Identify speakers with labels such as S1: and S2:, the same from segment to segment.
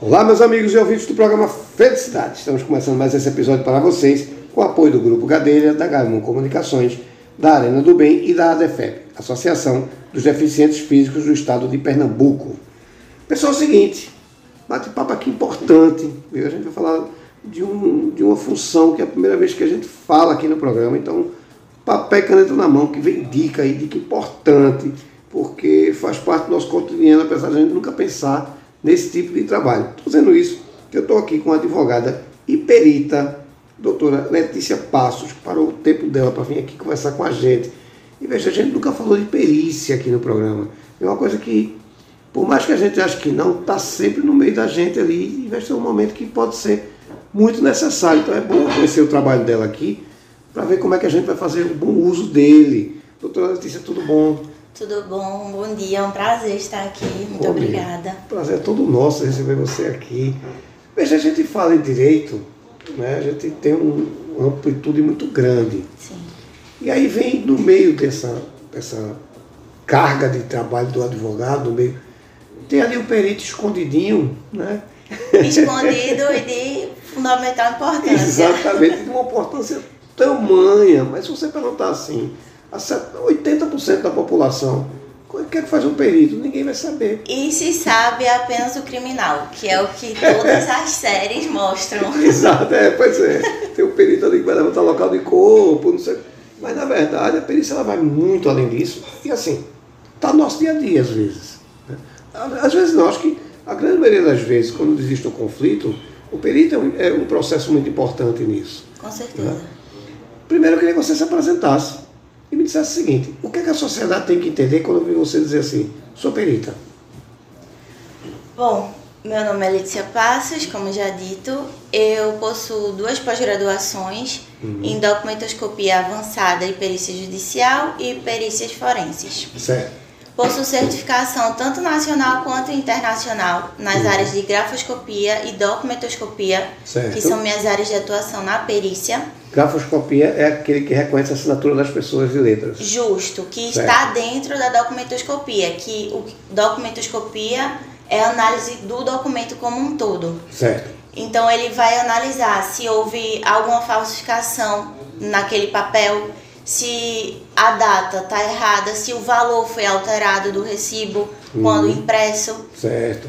S1: Olá, meus amigos e ouvintes do programa Felicidade. Estamos começando mais esse episódio para vocês com o apoio do Grupo Gadelha, da Gaimon Comunicações, da Arena do Bem e da ADFEP, Associação dos Deficientes Físicos do Estado de Pernambuco. Pessoal, é o seguinte, bate-papo aqui importante. Viu? A gente vai falar de, um, de uma função que é a primeira vez que a gente fala aqui no programa. Então, papel e caneta na mão, que vem dica aí, dica importante, porque faz parte do nosso cotidiano, apesar de a gente nunca pensar nesse tipo de trabalho. Estou dizendo isso que eu estou aqui com a advogada e perita, doutora Letícia Passos, parou o tempo dela para vir aqui conversar com a gente. E veja, a gente nunca falou de perícia aqui no programa. É uma coisa que, por mais que a gente ache que não, está sempre no meio da gente ali e vai ser um momento que pode ser muito necessário. Então é bom conhecer o trabalho dela aqui para ver como é que a gente vai fazer um bom uso dele. Doutora Letícia, tudo bom?
S2: Tudo bom? Bom dia, é um prazer estar aqui. Muito
S1: Bom dia.
S2: obrigada.
S1: Prazer é todo nosso receber você aqui. Veja, a gente fala em direito, né? a gente tem um- uma amplitude muito grande.
S2: Sim.
S1: E aí vem no meio dessa, dessa carga de trabalho do advogado, no meio, tem ali o perito escondidinho, né?
S2: Escondido e de fundamental importância.
S1: Exatamente, de uma importância tamanha. Mas se você perguntar assim, a set- 80% da população, o que é que faz um perito? Ninguém vai saber.
S2: E se sabe apenas o criminal, que é o que todas as séries mostram.
S1: Exato, é, pois é. Tem um perito ali que vai levantar local de corpo, não sei. Mas na verdade a perícia ela vai muito além disso. E assim, tá no nosso dia a dia às vezes. né? À- Às vezes não, acho que a grande maioria das vezes, quando existe um conflito, o perito é um, é um processo muito importante nisso.
S2: Com certeza.
S1: Primeiro eu queria que você se apresentasse e me dissesse o seguinte, o que, é que a sociedade tem que entender quando ouve você dizer assim, sou perita?
S2: Bom, meu nome é Letícia Passos, como já dito. Eu possuo duas pós-graduações em documentoscopia avançada e perícia judicial e perícias forenses.
S1: Certo.
S2: Possuo certificação tanto nacional quanto internacional nas áreas de grafoscopia e documentoscopia,
S1: Certo.
S2: que são minhas áreas de atuação na perícia.
S1: Grafoscopia é aquele que reconhece a assinatura das pessoas de letras.
S2: Justo, que
S1: Certo.
S2: está dentro da documentoscopia, que o documentoscopia é a análise do documento como um todo.
S1: Certo.
S2: Então ele vai analisar se houve alguma falsificação naquele papel, se a data está errada, se o valor foi alterado do recibo quando
S1: Uhum.
S2: impresso.
S1: Certo.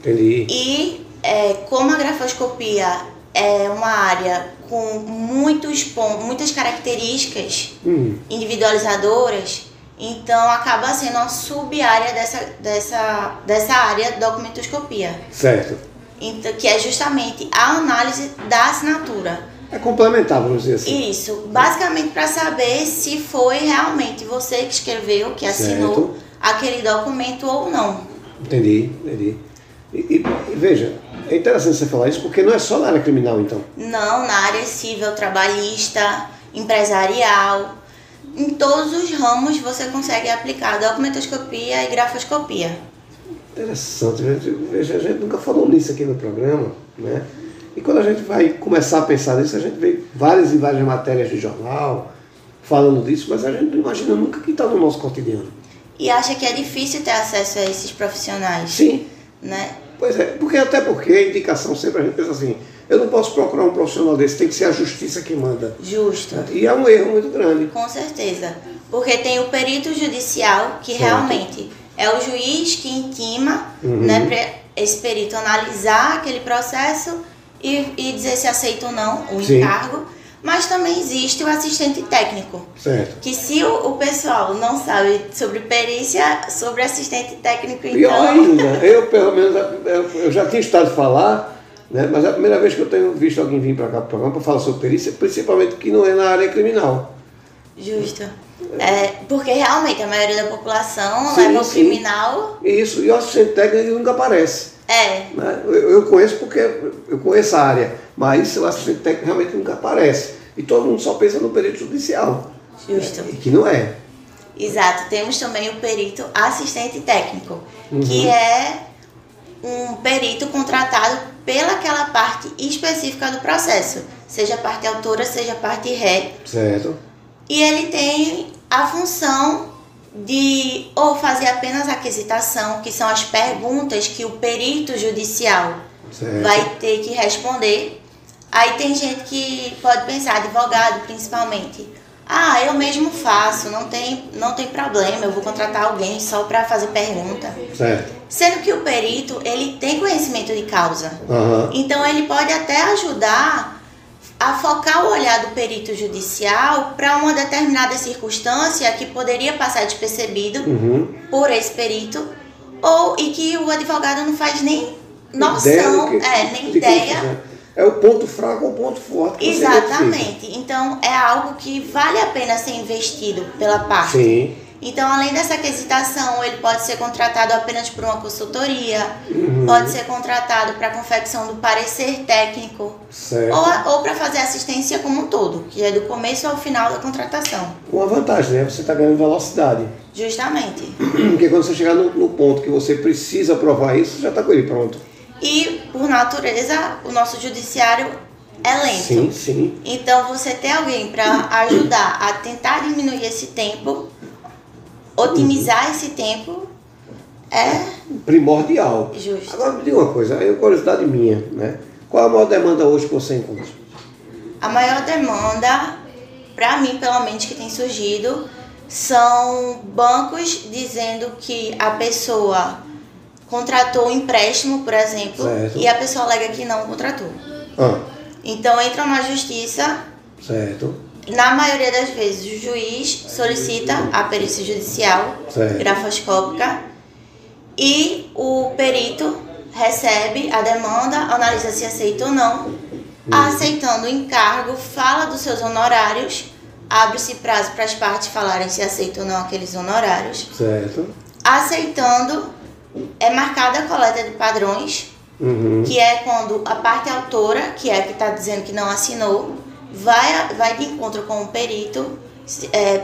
S1: Entendi.
S2: E é, como a grafoscopia é uma área com muitos pon- muitas características
S1: Hum,
S2: individualizadoras, então acaba sendo uma sub-área dessa, dessa, dessa área documentoscopia,
S1: certo.
S2: então, que é justamente a análise da assinatura.
S1: É complementar, vamos dizer assim.
S2: Isso, basicamente para saber se foi realmente você que escreveu, que assinou aquele documento ou não.
S1: Entendi, entendi. E, e- e veja, é interessante você falar isso porque não é só na área criminal, então.
S2: Não na área civil, trabalhista, empresarial. Em todos os ramos você consegue aplicar documentoscopia e grafoscopia.
S1: Interessante. gente. Veja, a gente nunca falou nisso aqui no programa, né? E quando a gente vai começar a pensar nisso, a gente vê várias e várias matérias de jornal falando disso, mas a gente não imagina nunca que está no nosso cotidiano.
S2: E acha que é difícil ter acesso a esses profissionais,
S1: Sim,
S2: né?
S1: Pois é, porque até porque a indicação sempre a gente pensa assim, eu não posso procurar um profissional desse, tem que ser a justiça que manda.
S2: Justo.
S1: E é um erro muito grande.
S2: Com certeza. Porque tem o perito judicial, que
S1: Certo. Uhum.
S2: realmente é o juiz que intima né, pra esse perito analisar aquele processo e, e dizer se aceita ou não o
S1: Sim.
S2: encargo. Mas também existe o assistente técnico.
S1: Certo.
S2: Que se o, o pessoal não sabe sobre perícia, sobre assistente técnico,
S1: Pior
S2: então.
S1: ainda, eu pelo menos eu eu já tinha estado falar, né, mas é a primeira vez que eu tenho visto alguém vir para cá para o programa para falar sobre perícia, principalmente que não é na área criminal.
S2: Justo. É, porque realmente a maioria da população
S1: Sim,
S2: leva o
S1: sim.
S2: é criminal.
S1: E isso, e o assistente técnico nunca aparece.
S2: É,
S1: né? Eu, eu conheço porque eu conheço a área, mas o assistente técnico realmente nunca aparece. E todo mundo só pensa no perito judicial.
S2: justo.
S1: E que não é.
S2: Exato, temos também o perito assistente técnico, que
S1: Uhum.
S2: é um perito contratado pelaquela parte específica do processo, seja parte autora, seja parte ré,
S1: Certo.
S2: e ele tem a função de ou fazer apenas a quesitação, que são as perguntas que o perito judicial
S1: Certo.
S2: vai ter que responder. Aí tem gente que pode pensar, advogado principalmente. Ah, eu mesmo faço, não tem, não tem problema, eu vou contratar alguém só para fazer pergunta.
S1: Certo.
S2: Sendo que o perito, ele tem conhecimento de causa.
S1: Aham.
S2: Então ele pode até ajudar a focar o olhar do perito judicial para uma determinada circunstância que poderia passar despercebido
S1: Uhum.
S2: por esse perito ou e que o advogado não faz nem
S1: Ideia do
S2: noção,
S1: que-
S2: é, nem
S1: de que-
S2: ideia.
S1: É o ponto fraco ou o ponto forte. que você identifica.
S2: Exatamente. Então é algo que vale a pena ser investido pela parte.
S1: Sim.
S2: Então, além dessa quesitação, ele pode ser contratado apenas por uma consultoria,
S1: Uhum.
S2: pode ser contratado para a confecção do parecer técnico,
S1: Certo.
S2: ou, ou para fazer assistência como um todo, que é do começo ao final da contratação.
S1: Uma vantagem, né? Você está ganhando velocidade.
S2: Justamente.
S1: Porque quando você chegar no, no ponto que você precisa provar isso, você já está com ele pronto.
S2: E, por natureza, o nosso judiciário é lento.
S1: Sim, sim.
S2: Então, você ter alguém para ajudar a tentar diminuir esse tempo,
S1: Uhum.
S2: otimizar esse tempo, é
S1: Primordial.
S2: Justo.
S1: Agora me diga uma coisa, aí é curiosidade minha, né? Qual a maior demanda hoje que você encontra?
S2: a maior demanda, para mim, pelo menos, que tem surgido, são bancos dizendo que a pessoa contratou um empréstimo, por exemplo,
S1: Certo.
S2: e a pessoa alega que não contratou.
S1: Ah,
S2: Então, entram na justiça
S1: certo.
S2: Na maioria das vezes, o juiz solicita a perícia judicial
S1: Certo.
S2: grafoscópica e o perito recebe a demanda, analisa se aceita ou não. Aceitando o encargo, fala dos seus honorários, abre-se prazo para as partes falarem se aceitam ou não aqueles honorários.
S1: Certo.
S2: Aceitando, é marcada a coleta de padrões,
S1: Uhum.
S2: que é quando a parte autora, que é a que está dizendo que não assinou, vai, vai de encontro com o perito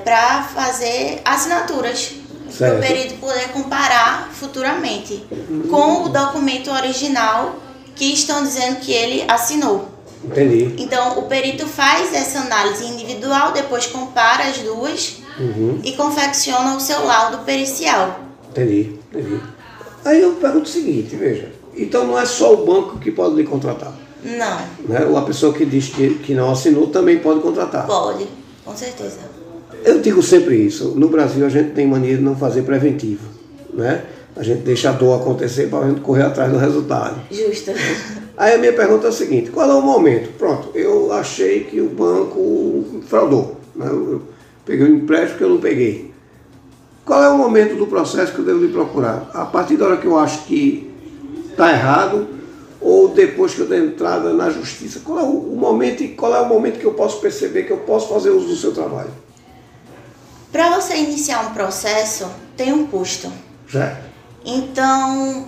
S2: para fazer assinaturas. Para
S1: Certo.
S2: o perito poder comparar futuramente com o documento original que estão dizendo que ele assinou.
S1: Entendi.
S2: Então, o perito faz essa análise individual, depois compara as duas
S1: Uhum.
S2: e confecciona o seu laudo pericial.
S1: Entendi. Entendi. Aí eu pergunto o seguinte, veja. Então não é só o banco que pode lhe contratar.
S2: Não,
S1: Né? Ou a pessoa que diz que, que não assinou também pode contratar.
S2: pode, com certeza.
S1: Eu digo sempre isso. No Brasil a gente tem mania de não fazer preventivo, né? A gente deixa a dor acontecer para a gente correr atrás do resultado.
S2: Justo.
S1: Aí a minha pergunta é a seguinte: qual é o momento? Pronto, eu achei que o banco fraudou, né? Eu eu peguei um empréstimo que eu não peguei. Qual é o momento do processo que eu devo lhe procurar? A partir da hora que eu acho que está errado ou depois que eu der entrada na justiça? Qual é o, o momento e qual é o momento que eu posso perceber que eu posso fazer uso do seu trabalho?
S2: Para você iniciar um processo, tem um custo.
S1: Já.
S2: Então,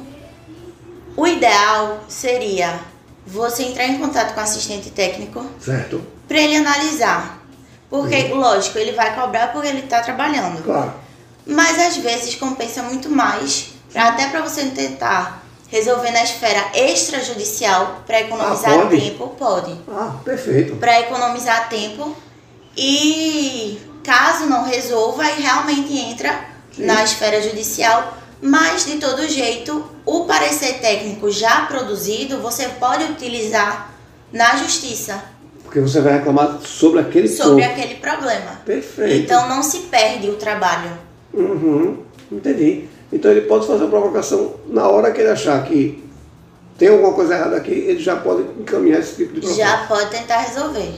S2: o ideal seria você entrar em contato com o assistente técnico
S1: Certo.
S2: para ele analisar. Porque,
S1: Uhum.
S2: lógico, ele vai cobrar porque ele está trabalhando.
S1: Claro.
S2: Mas às vezes compensa muito mais, pra- até para você tentar resolver na esfera extrajudicial, para economizar
S1: Ah, pode?
S2: tempo, pode.
S1: Ah, perfeito.
S2: Para economizar tempo e caso não resolva, aí realmente entra na esfera judicial. Mas de todo jeito, o parecer técnico já produzido você pode utilizar na justiça
S1: Porque você vai reclamar sobre aquele
S2: sobre
S1: ponto.
S2: aquele problema.
S1: Perfeito.
S2: Então não se perde o trabalho.
S1: Uhum, entendi. Então ele pode fazer a provocação na hora que ele achar que tem alguma coisa errada aqui, ele já pode encaminhar esse tipo de provocação.
S2: Já pode tentar resolver.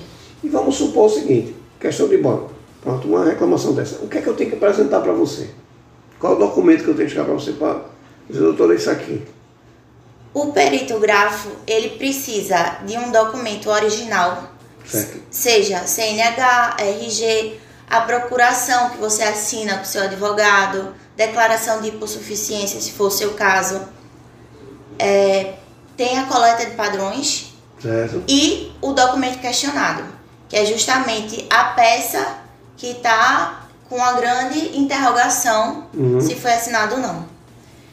S1: E vamos supor o seguinte, questão de banco. Pronto, uma reclamação dessa. O que é que eu tenho que apresentar para você? Qual é o documento que eu tenho que chegar para você para dizer, doutor, é isso aqui?
S2: O perito grafo, ele precisa de um documento original,
S1: Certo.
S2: seja CNH, RG, a procuração que você assina com seu advogado, declaração de hipossuficiência, se for o seu caso. É, tem a coleta de padrões
S1: Certo.
S2: e o documento questionado, que é justamente a peça que está com a grande interrogação
S1: Uhum.
S2: se foi assinado ou não.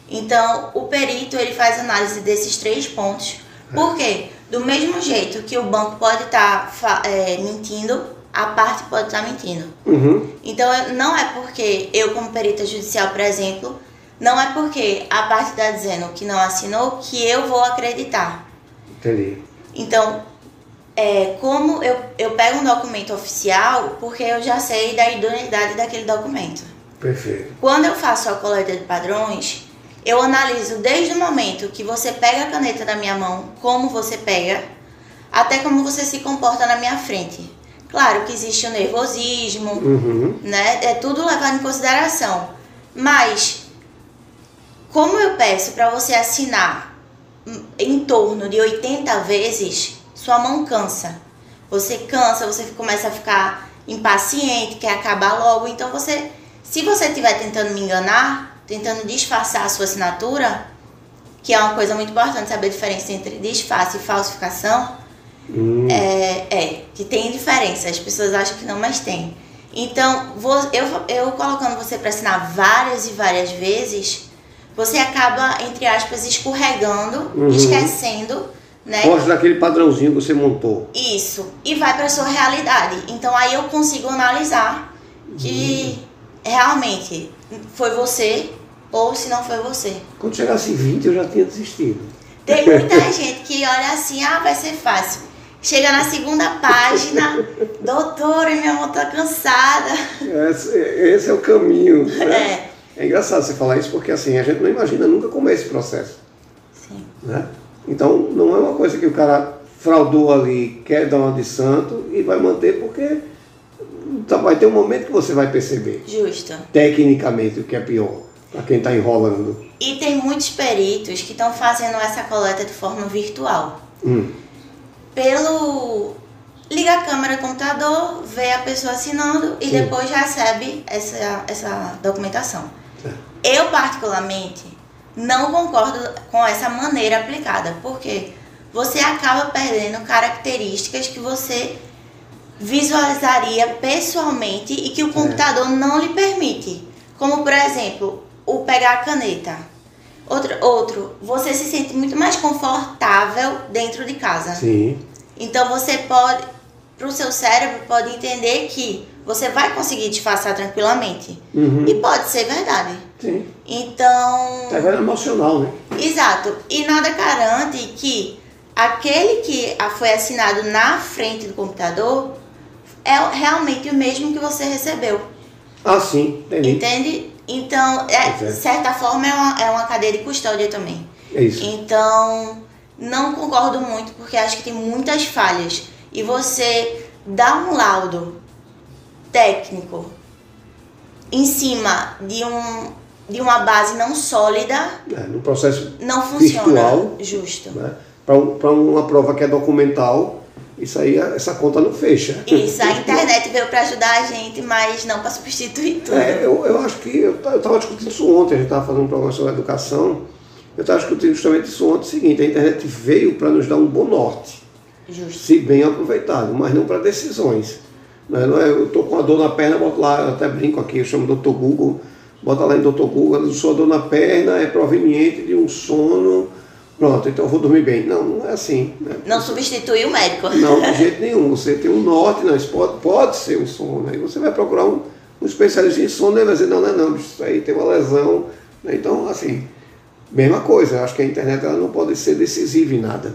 S2: Então, o perito ele faz análise desses três pontos. Por quê? Do mesmo jeito que o banco pode estar mentindo, a parte pode estar mentindo.
S1: Uhum.
S2: Então, eu- não é porque eu, como perita judicial, por tá exemplo, não é porque a parte está dizendo que não assinou que eu vou acreditar.
S1: Entendi.
S2: Então, é, como eu, eu pego um documento oficial, porque eu já sei da idoneidade daquele documento.
S1: Perfeito.
S2: Quando eu faço a coleta de padrões, eu analiso desde o momento que você pega a caneta da minha mão, como você pega, até como você se comporta na minha frente. Claro que existe o nervosismo,
S1: Uhum.
S2: né? É tudo levado em consideração. Mas como eu peço para você assinar hum, em torno de 80 vezes, sua mão cansa. Você cansa, você começa a ficar impaciente, quer acabar logo. Então você, se você estiver tentando me enganar, tentando disfarçar a sua assinatura, que é uma coisa muito importante saber a diferença entre disfarce e falsificação,
S1: Hum,
S2: é, é, que tem diferença. As pessoas acham que não, mas tem. Então, vo- eu, eu colocando você para assinar várias e várias vezes, você acaba, entre aspas, escorregando,
S1: Uhum.
S2: esquecendo, né?
S1: Foge daquele padrãozinho que você montou.
S2: Isso. E vai para sua realidade. Então, aí eu consigo analisar que realmente foi você ou se não foi você.
S1: Quando chegasse em 20, eu já tinha desistido.
S2: Tem muita gente que olha assim, ah, vai ser fácil. Chega na segunda página, doutora, minha mão tá cansada.
S1: Esse, esse é o caminho. Né?
S2: É,
S1: É engraçado você falar isso, porque assim, a gente não imagina nunca como é esse processo.
S2: sim.
S1: né? Então não é uma coisa que o cara fraudou ali, quer dar uma de santo e vai manter porque tá- vai ter um momento que você vai perceber
S2: Justo.
S1: tecnicamente o que é pior para quem está enrolando.
S2: E tem muitos peritos que estão fazendo essa coleta de forma virtual.
S1: Hum,
S2: Pelo. Liga a câmera do computador, vê a pessoa assinando e
S1: Sim.
S2: depois já recebe essa, essa documentação.
S1: certo.
S2: Eu, particularmente, não concordo com essa maneira aplicada, porque você acaba perdendo características que você visualizaria pessoalmente e
S1: É.
S2: que o computador não lhe permite. Como, por exemplo, o pegar a caneta. Outro, outro, você se sente muito mais confortável dentro de casa.
S1: Sim,
S2: Então você pode, para o seu cérebro, pode entender que você vai conseguir disfarçar tranquilamente.
S1: Uhum.
S2: E pode ser verdade.
S1: sim.
S2: Então,
S1: É velho emocional, né?
S2: exato. E nada garante que aquele que a- foi assinado na frente do computador é o- realmente o mesmo que você recebeu,
S1: Ah, sim, entendi.
S2: entende? Então, é,
S1: Pois é.
S2: de certa forma, é uma, é uma cadeia de custódia também.
S1: É isso.
S2: Então, não concordo muito, porque acho que tem muitas falhas. E você dá um laudo técnico em cima de, um, de uma base não sólida,
S1: É, no processo
S2: não funciona.
S1: Virtual.
S2: Justo.
S1: né? para uma prova que é documental, isso aí essa conta não fecha.
S2: Isso, a internet veio para ajudar a gente, mas não para substituir tudo.
S1: É, eu, eu acho que eu estava discutindo isso ontem, a gente estava fazendo um programa sobre educação, eu estava discutindo justamente isso ontem, o seguinte, a internet veio para nos dar um bom norte,
S2: Justo.
S1: se bem aproveitado, mas não para decisões. Né? Não é, eu estou com a dor na perna, boto lá, eu até brinco aqui, eu chamo Dr. Google, bota lá em Dr. Google, sua dor na perna é proveniente de um sono, pronto, então eu vou dormir bem. Não, não é assim. né?
S2: Não substitui o médico.
S1: Não, de jeito nenhum. Você tem um norte, não, isso pode, pode ser um sono. Aí você vai procurar um, um especialista em sono, ele vai dizer, não, não, é não, bicho, isso aí tem uma lesão. né? Então, assim, mesma coisa, eu acho que a internet ela não pode ser decisiva em nada.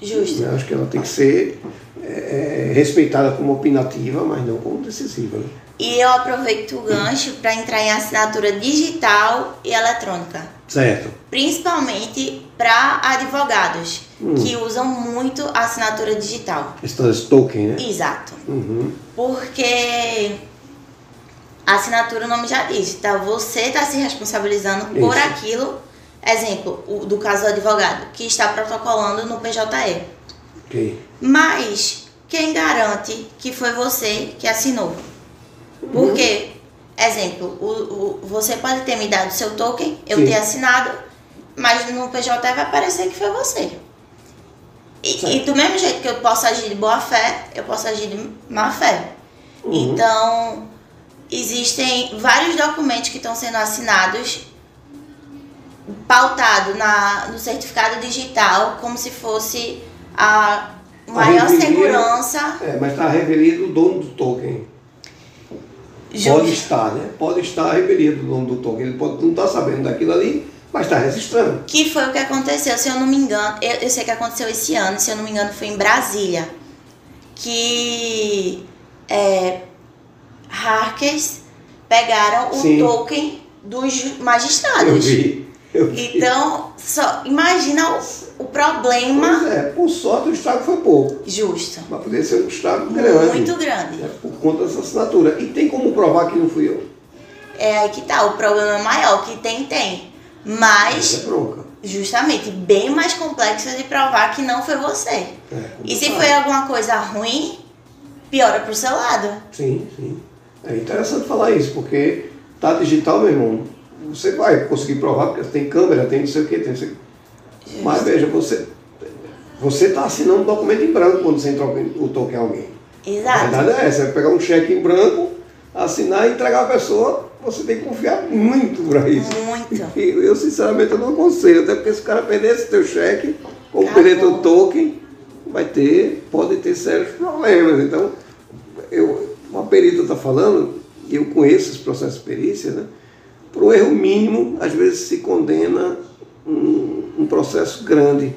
S2: Justo.
S1: Eu acho que ela tem que ser é, é, respeitada como opinativa, mas não como decisiva. né?
S2: E eu aproveito o gancho para entrar em assinatura digital e eletrônica.
S1: Certo.
S2: principalmente para advogados
S1: Hum.
S2: que usam muito a assinatura digital.
S1: Esse tal desse token, né?
S2: Exato,
S1: Uhum.
S2: porque a assinatura o nome já diz, tá? Você está se responsabilizando por
S1: Isso.
S2: aquilo. Exemplo, o do caso do advogado que está protocolando no PJE.
S1: Ok.
S2: Mas quem garante que foi você que assinou? Porque, exemplo, o, o- você pode ter me dado seu token, eu
S1: Sim.
S2: ter assinado, mas no PJ vai aparecer que foi você. E, e do mesmo jeito que eu posso agir de boa fé, eu posso agir de má fé.
S1: Uhum.
S2: Então, existem vários documentos que estão sendo assinados pautado na, no certificado digital como se fosse a maior
S1: revelia-
S2: segurança
S1: É, mas está revelido o dono do token. Pode
S2: justa.
S1: estar, né? Pode estar revelido o dono do token. Ele pode não estar tá sabendo daquilo ali, mas está registrando.
S2: Que foi o que aconteceu, se eu não me engano, eu, eu sei que aconteceu esse ano, se eu não me engano, foi em Brasília. Que é, hackers pegaram o
S1: Sim.
S2: token dos magistrados.
S1: Eu vi. Eu vi.
S2: Ah, Então, só imagina o, o problema
S1: Pois é, por sorte o estrago foi pouco,
S2: justo.
S1: mas poderia ser um estrago grande.
S2: Muito grande.
S1: né, por conta dessa assinatura. E tem como provar que não fui eu.
S2: É aí que tá, o problema é maior, que tem, tem. Mas
S1: Isso é bronca.
S2: justamente bem mais complexo de provar que não foi você.
S1: É, como
S2: E se
S1: sabe.
S2: foi alguma coisa ruim, piora pro seu lado.
S1: Sim, sim. É interessante falar isso, porque tá digital, meu irmão, você vai conseguir provar, porque tem câmera, tem não sei o que, tem não sei o quê. Mas veja, você você está assinando um documento em branco quando você entrega o token a alguém. A
S2: Exato.
S1: verdade é essa, é pegar um cheque em branco, assinar e entregar a pessoa, você tem que confiar muito para isso.
S2: Muito.
S1: E eu sinceramente eu não aconselho, até porque se o cara perder esse teu cheque, ou perder teu token, vai ter, pode ter sérios problemas. Então, eu, uma perita está falando, e eu conheço esse processo de perícia, né? Por um erro mínimo, às vezes se condena um, um processo grande.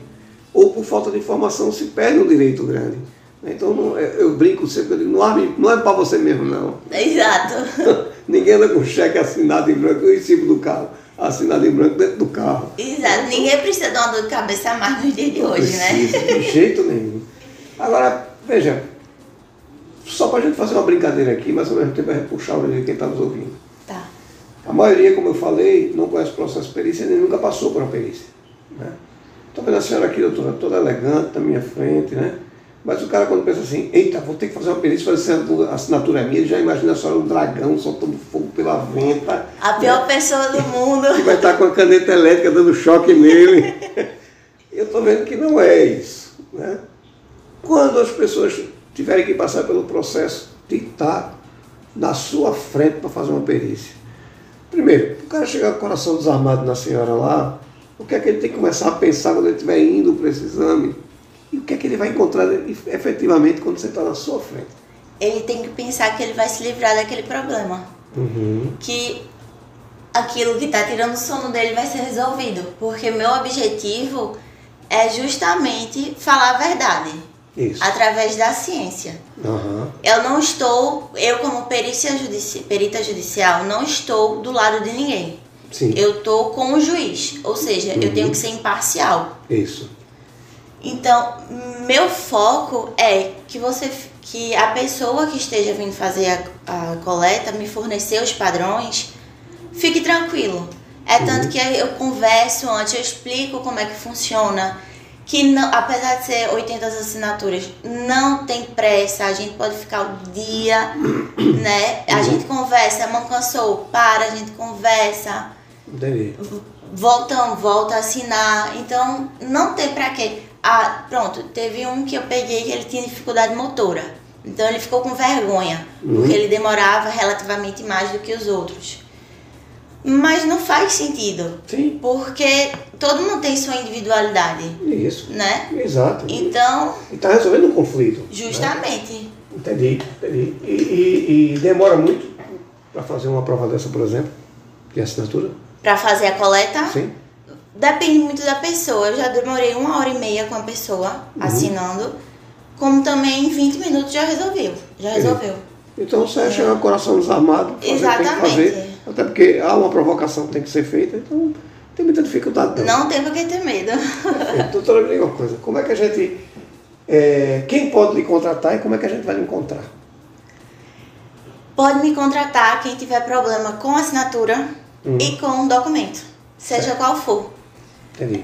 S1: Ou por falta de informação se perde um direito grande. Então não- eu, eu brinco sempre, eu digo, não, arme- não é para você mesmo não.
S2: Exato.
S1: Ninguém anda com cheque assinado em branco em cima do carro. Assinado em branco dentro do carro.
S2: Exato. Ninguém precisa de uma dor de cabeça a mais nos dias é de
S1: Não
S2: hoje, né?
S1: precisa, De jeito nenhum. Agora, veja, só para a gente fazer uma brincadeira aqui, mas ao mesmo tempo é puxar a orelha de quem está nos ouvindo.
S2: Tá.
S1: A maioria, como eu falei, não conhece o processo de perícia nem nunca passou por uma perícia. Né? Estou vendo a senhora aqui, doutora, toda elegante, na minha frente, né? Mas o cara quando pensa assim, eita, vou ter que fazer uma perícia, fazer assinatura- a assinatura é minha, ele já imagina a senhora um dragão soltando fogo pela venta.
S2: A pior pessoa do mundo.
S1: que vai estar com a caneta elétrica dando choque nele. Eu estou vendo que não é isso. Né? Quando as pessoas tiverem que passar pelo processo de estar na sua frente para fazer uma perícia. Primeiro, o cara chegar com o coração desarmado na senhora lá, o que é que ele tem que começar a pensar quando ele estiver indo para esse exame? E o que é que ele vai encontrar efetivamente quando você está na sua frente?
S2: Ele tem que pensar que ele vai se livrar daquele problema. Uhum. que aquilo que tá tirando o sono dele vai ser resolvido. Porque meu objetivo é justamente falar a verdade
S1: Isso.
S2: através da ciência.
S1: Aham.
S2: Eu não estou, eu como perícia judici perita judicial, não estou do lado de ninguém.
S1: Sim.
S2: Eu estou com o juiz, ou seja, eu tenho que ser imparcial.
S1: Isso.
S2: Então, meu foco é que você que a pessoa que esteja vindo fazer a, a coleta me fornecer os padrões, fique tranquilo. É tanto que eu converso antes, eu explico como é que funciona. Que não, apesar de ser 80 assinaturas, não tem pressa, a gente pode ficar o dia, né? A gente conversa, mão cansou, para, a gente conversa
S1: Entendi.
S2: voltam, volta a assinar. Então, não tem pra quê. Ah, pronto, teve um que eu peguei que ele tinha dificuldade motora. Então, ele ficou com vergonha, porque ele demorava relativamente mais do que os outros. Mas não faz sentido,
S1: Sim.
S2: porque todo mundo tem sua individualidade,
S1: Isso.
S2: né?
S1: Exato.
S2: Então,
S1: E está resolvendo um conflito. né?
S2: justamente,
S1: Entendi, entendi. E, e- e demora muito para fazer uma prova dessa, por exemplo, de assinatura?
S2: pra fazer a coleta,
S1: Sim.
S2: Depende muito da pessoa. Eu já demorei uma hora e meia com a pessoa
S1: Uhum.
S2: assinando. Como também em 20 minutos já resolveu. Já resolveu.
S1: Então você chega com o coração desarmado, fazer, tem que fazer.
S2: Exatamente.
S1: Até porque há uma provocação que tem que ser feita, então tem muita dificuldade.
S2: Não tem por que ter medo.
S1: É, doutora, me diga uma coisa, como é que a gente. é, quem pode lhe contratar e como é que a gente vai lhe encontrar?
S2: Pode me contratar quem tiver problema com assinatura
S1: Uhum.
S2: e com documento. Seja qual for.
S1: Entendi.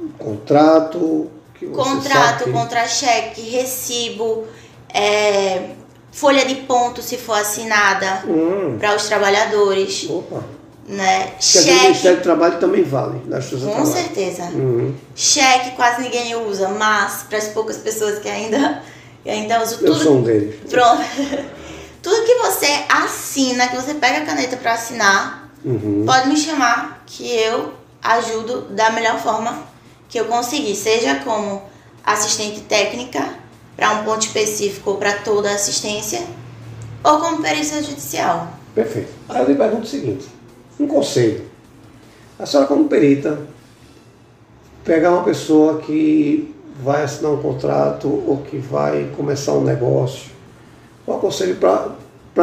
S1: Um contrato. Que você
S2: É. Contrato,
S1: sabe que-
S2: contra-cheque, recibo, é, folha de ponto se for assinada
S1: Hum,
S2: para os trabalhadores,
S1: opa.
S2: né?
S1: Quer dizer, o Ministério
S2: Cheque,
S1: do Trabalho também vale na Justiça do
S2: com
S1: Trabalho.
S2: certeza.
S1: Uhum.
S2: Cheque quase ninguém usa, mas para as poucas pessoas que ainda, que ainda usam
S1: Eu
S2: tudo.
S1: sou um deles.
S2: Pronto. tudo que você assina, que você pega a caneta para assinar,
S1: Uhum.
S2: pode me chamar que eu ajudo da melhor forma que eu conseguir, seja como assistente técnica para um ponto específico ou para toda a assistência, ou como perícia judicial.
S1: Perfeito. Aí eu lhe pergunto o seguinte: um conselho. A senhora, como perita, pegar uma pessoa que vai assinar um contrato ou que vai começar um negócio, eu aconselho para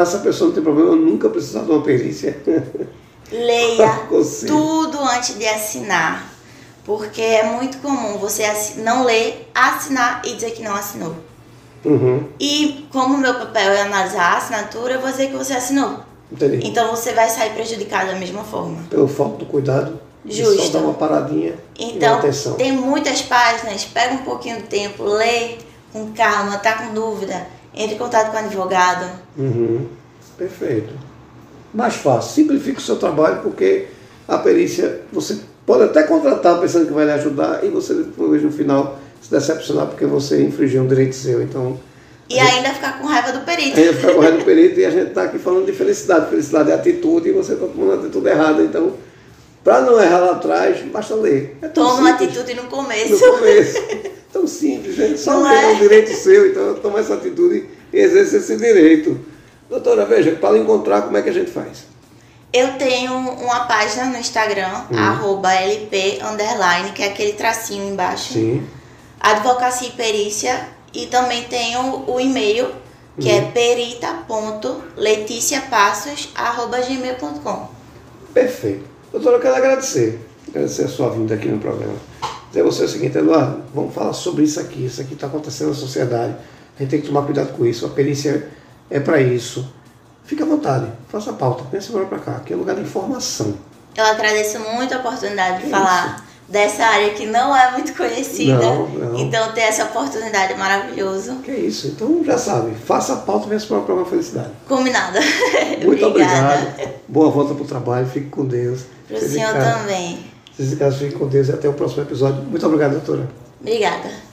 S1: essa pessoa não ter problema, eu nunca precisar de uma perícia.
S2: Leia
S1: assim?
S2: tudo antes de assinar. Porque é muito comum você não ler, assinar e dizer que não assinou.
S1: Uhum.
S2: E como meu papel é analisar a assinatura, eu vou dizer que você assinou.
S1: Entendi.
S2: Então você vai sair prejudicado da mesma forma.
S1: Pelo falta do cuidado.
S2: Justo.
S1: Só dar uma paradinha.
S2: Então,
S1: e atenção.
S2: tem muitas páginas, pega um pouquinho de tempo, lê com calma, tá com dúvida, entre em contato com o advogado.
S1: Uhum. Perfeito. Mais fácil. Simplifica o seu trabalho, porque a perícia você pode até contratar pensando que vai lhe ajudar e você depois no final se decepcionar porque você infringiu um direito seu. Então,
S2: E ainda ficar com raiva do perito.
S1: Aí eu fico correndo o perito e a gente está aqui falando de felicidade. Felicidade é atitude e você está tomando atitude errada. Então, para não errar lá atrás, basta ler. É tão
S2: Toma uma
S1: simples
S2: atitude no
S1: no
S2: começo.
S1: começo. Tão simples, gente. Só
S2: Não
S1: ler é
S2: é?
S1: um direito seu, então toma essa atitude e exerça esse direito. Doutora, veja, para encontrar, como é que a gente faz?
S2: Eu tenho uma página no Instagram,
S1: Hum.
S2: arroba LP underline, que é aquele tracinho embaixo.
S1: Sim.
S2: Advocacia e Perícia. E também tenho o e-mail, que
S1: Uhum.
S2: é perita.leticiapassos.gmail.com.
S1: Perfeito. Doutora, eu quero agradecer. Agradecer a sua vinda aqui no programa. Dizer a você o seguinte, Eduardo, vamos falar sobre isso aqui. Isso aqui está acontecendo na sociedade. A gente tem que tomar cuidado com isso. A perícia é para isso. Fique à vontade, faça a pauta. Venha se para cá, que é lugar de informação.
S2: Eu agradeço muito a oportunidade de
S1: Que
S2: falar dessa área que não é muito conhecida.
S1: Não, não.
S2: Então ter essa oportunidade é maravilhoso.
S1: Que é isso. Então, já sabe, faça a pauta e venha se para o programa Felicidade.
S2: Combinado.
S1: Muito
S2: Obrigada.
S1: obrigado. Boa volta para o trabalho. Fique com Deus.
S2: Pro
S1: Vocês em
S2: senhor
S1: casa-
S2: também.
S1: Vocês em casa fiquem com Deus e até o próximo episódio. Muito obrigado, doutora.
S2: Obrigada.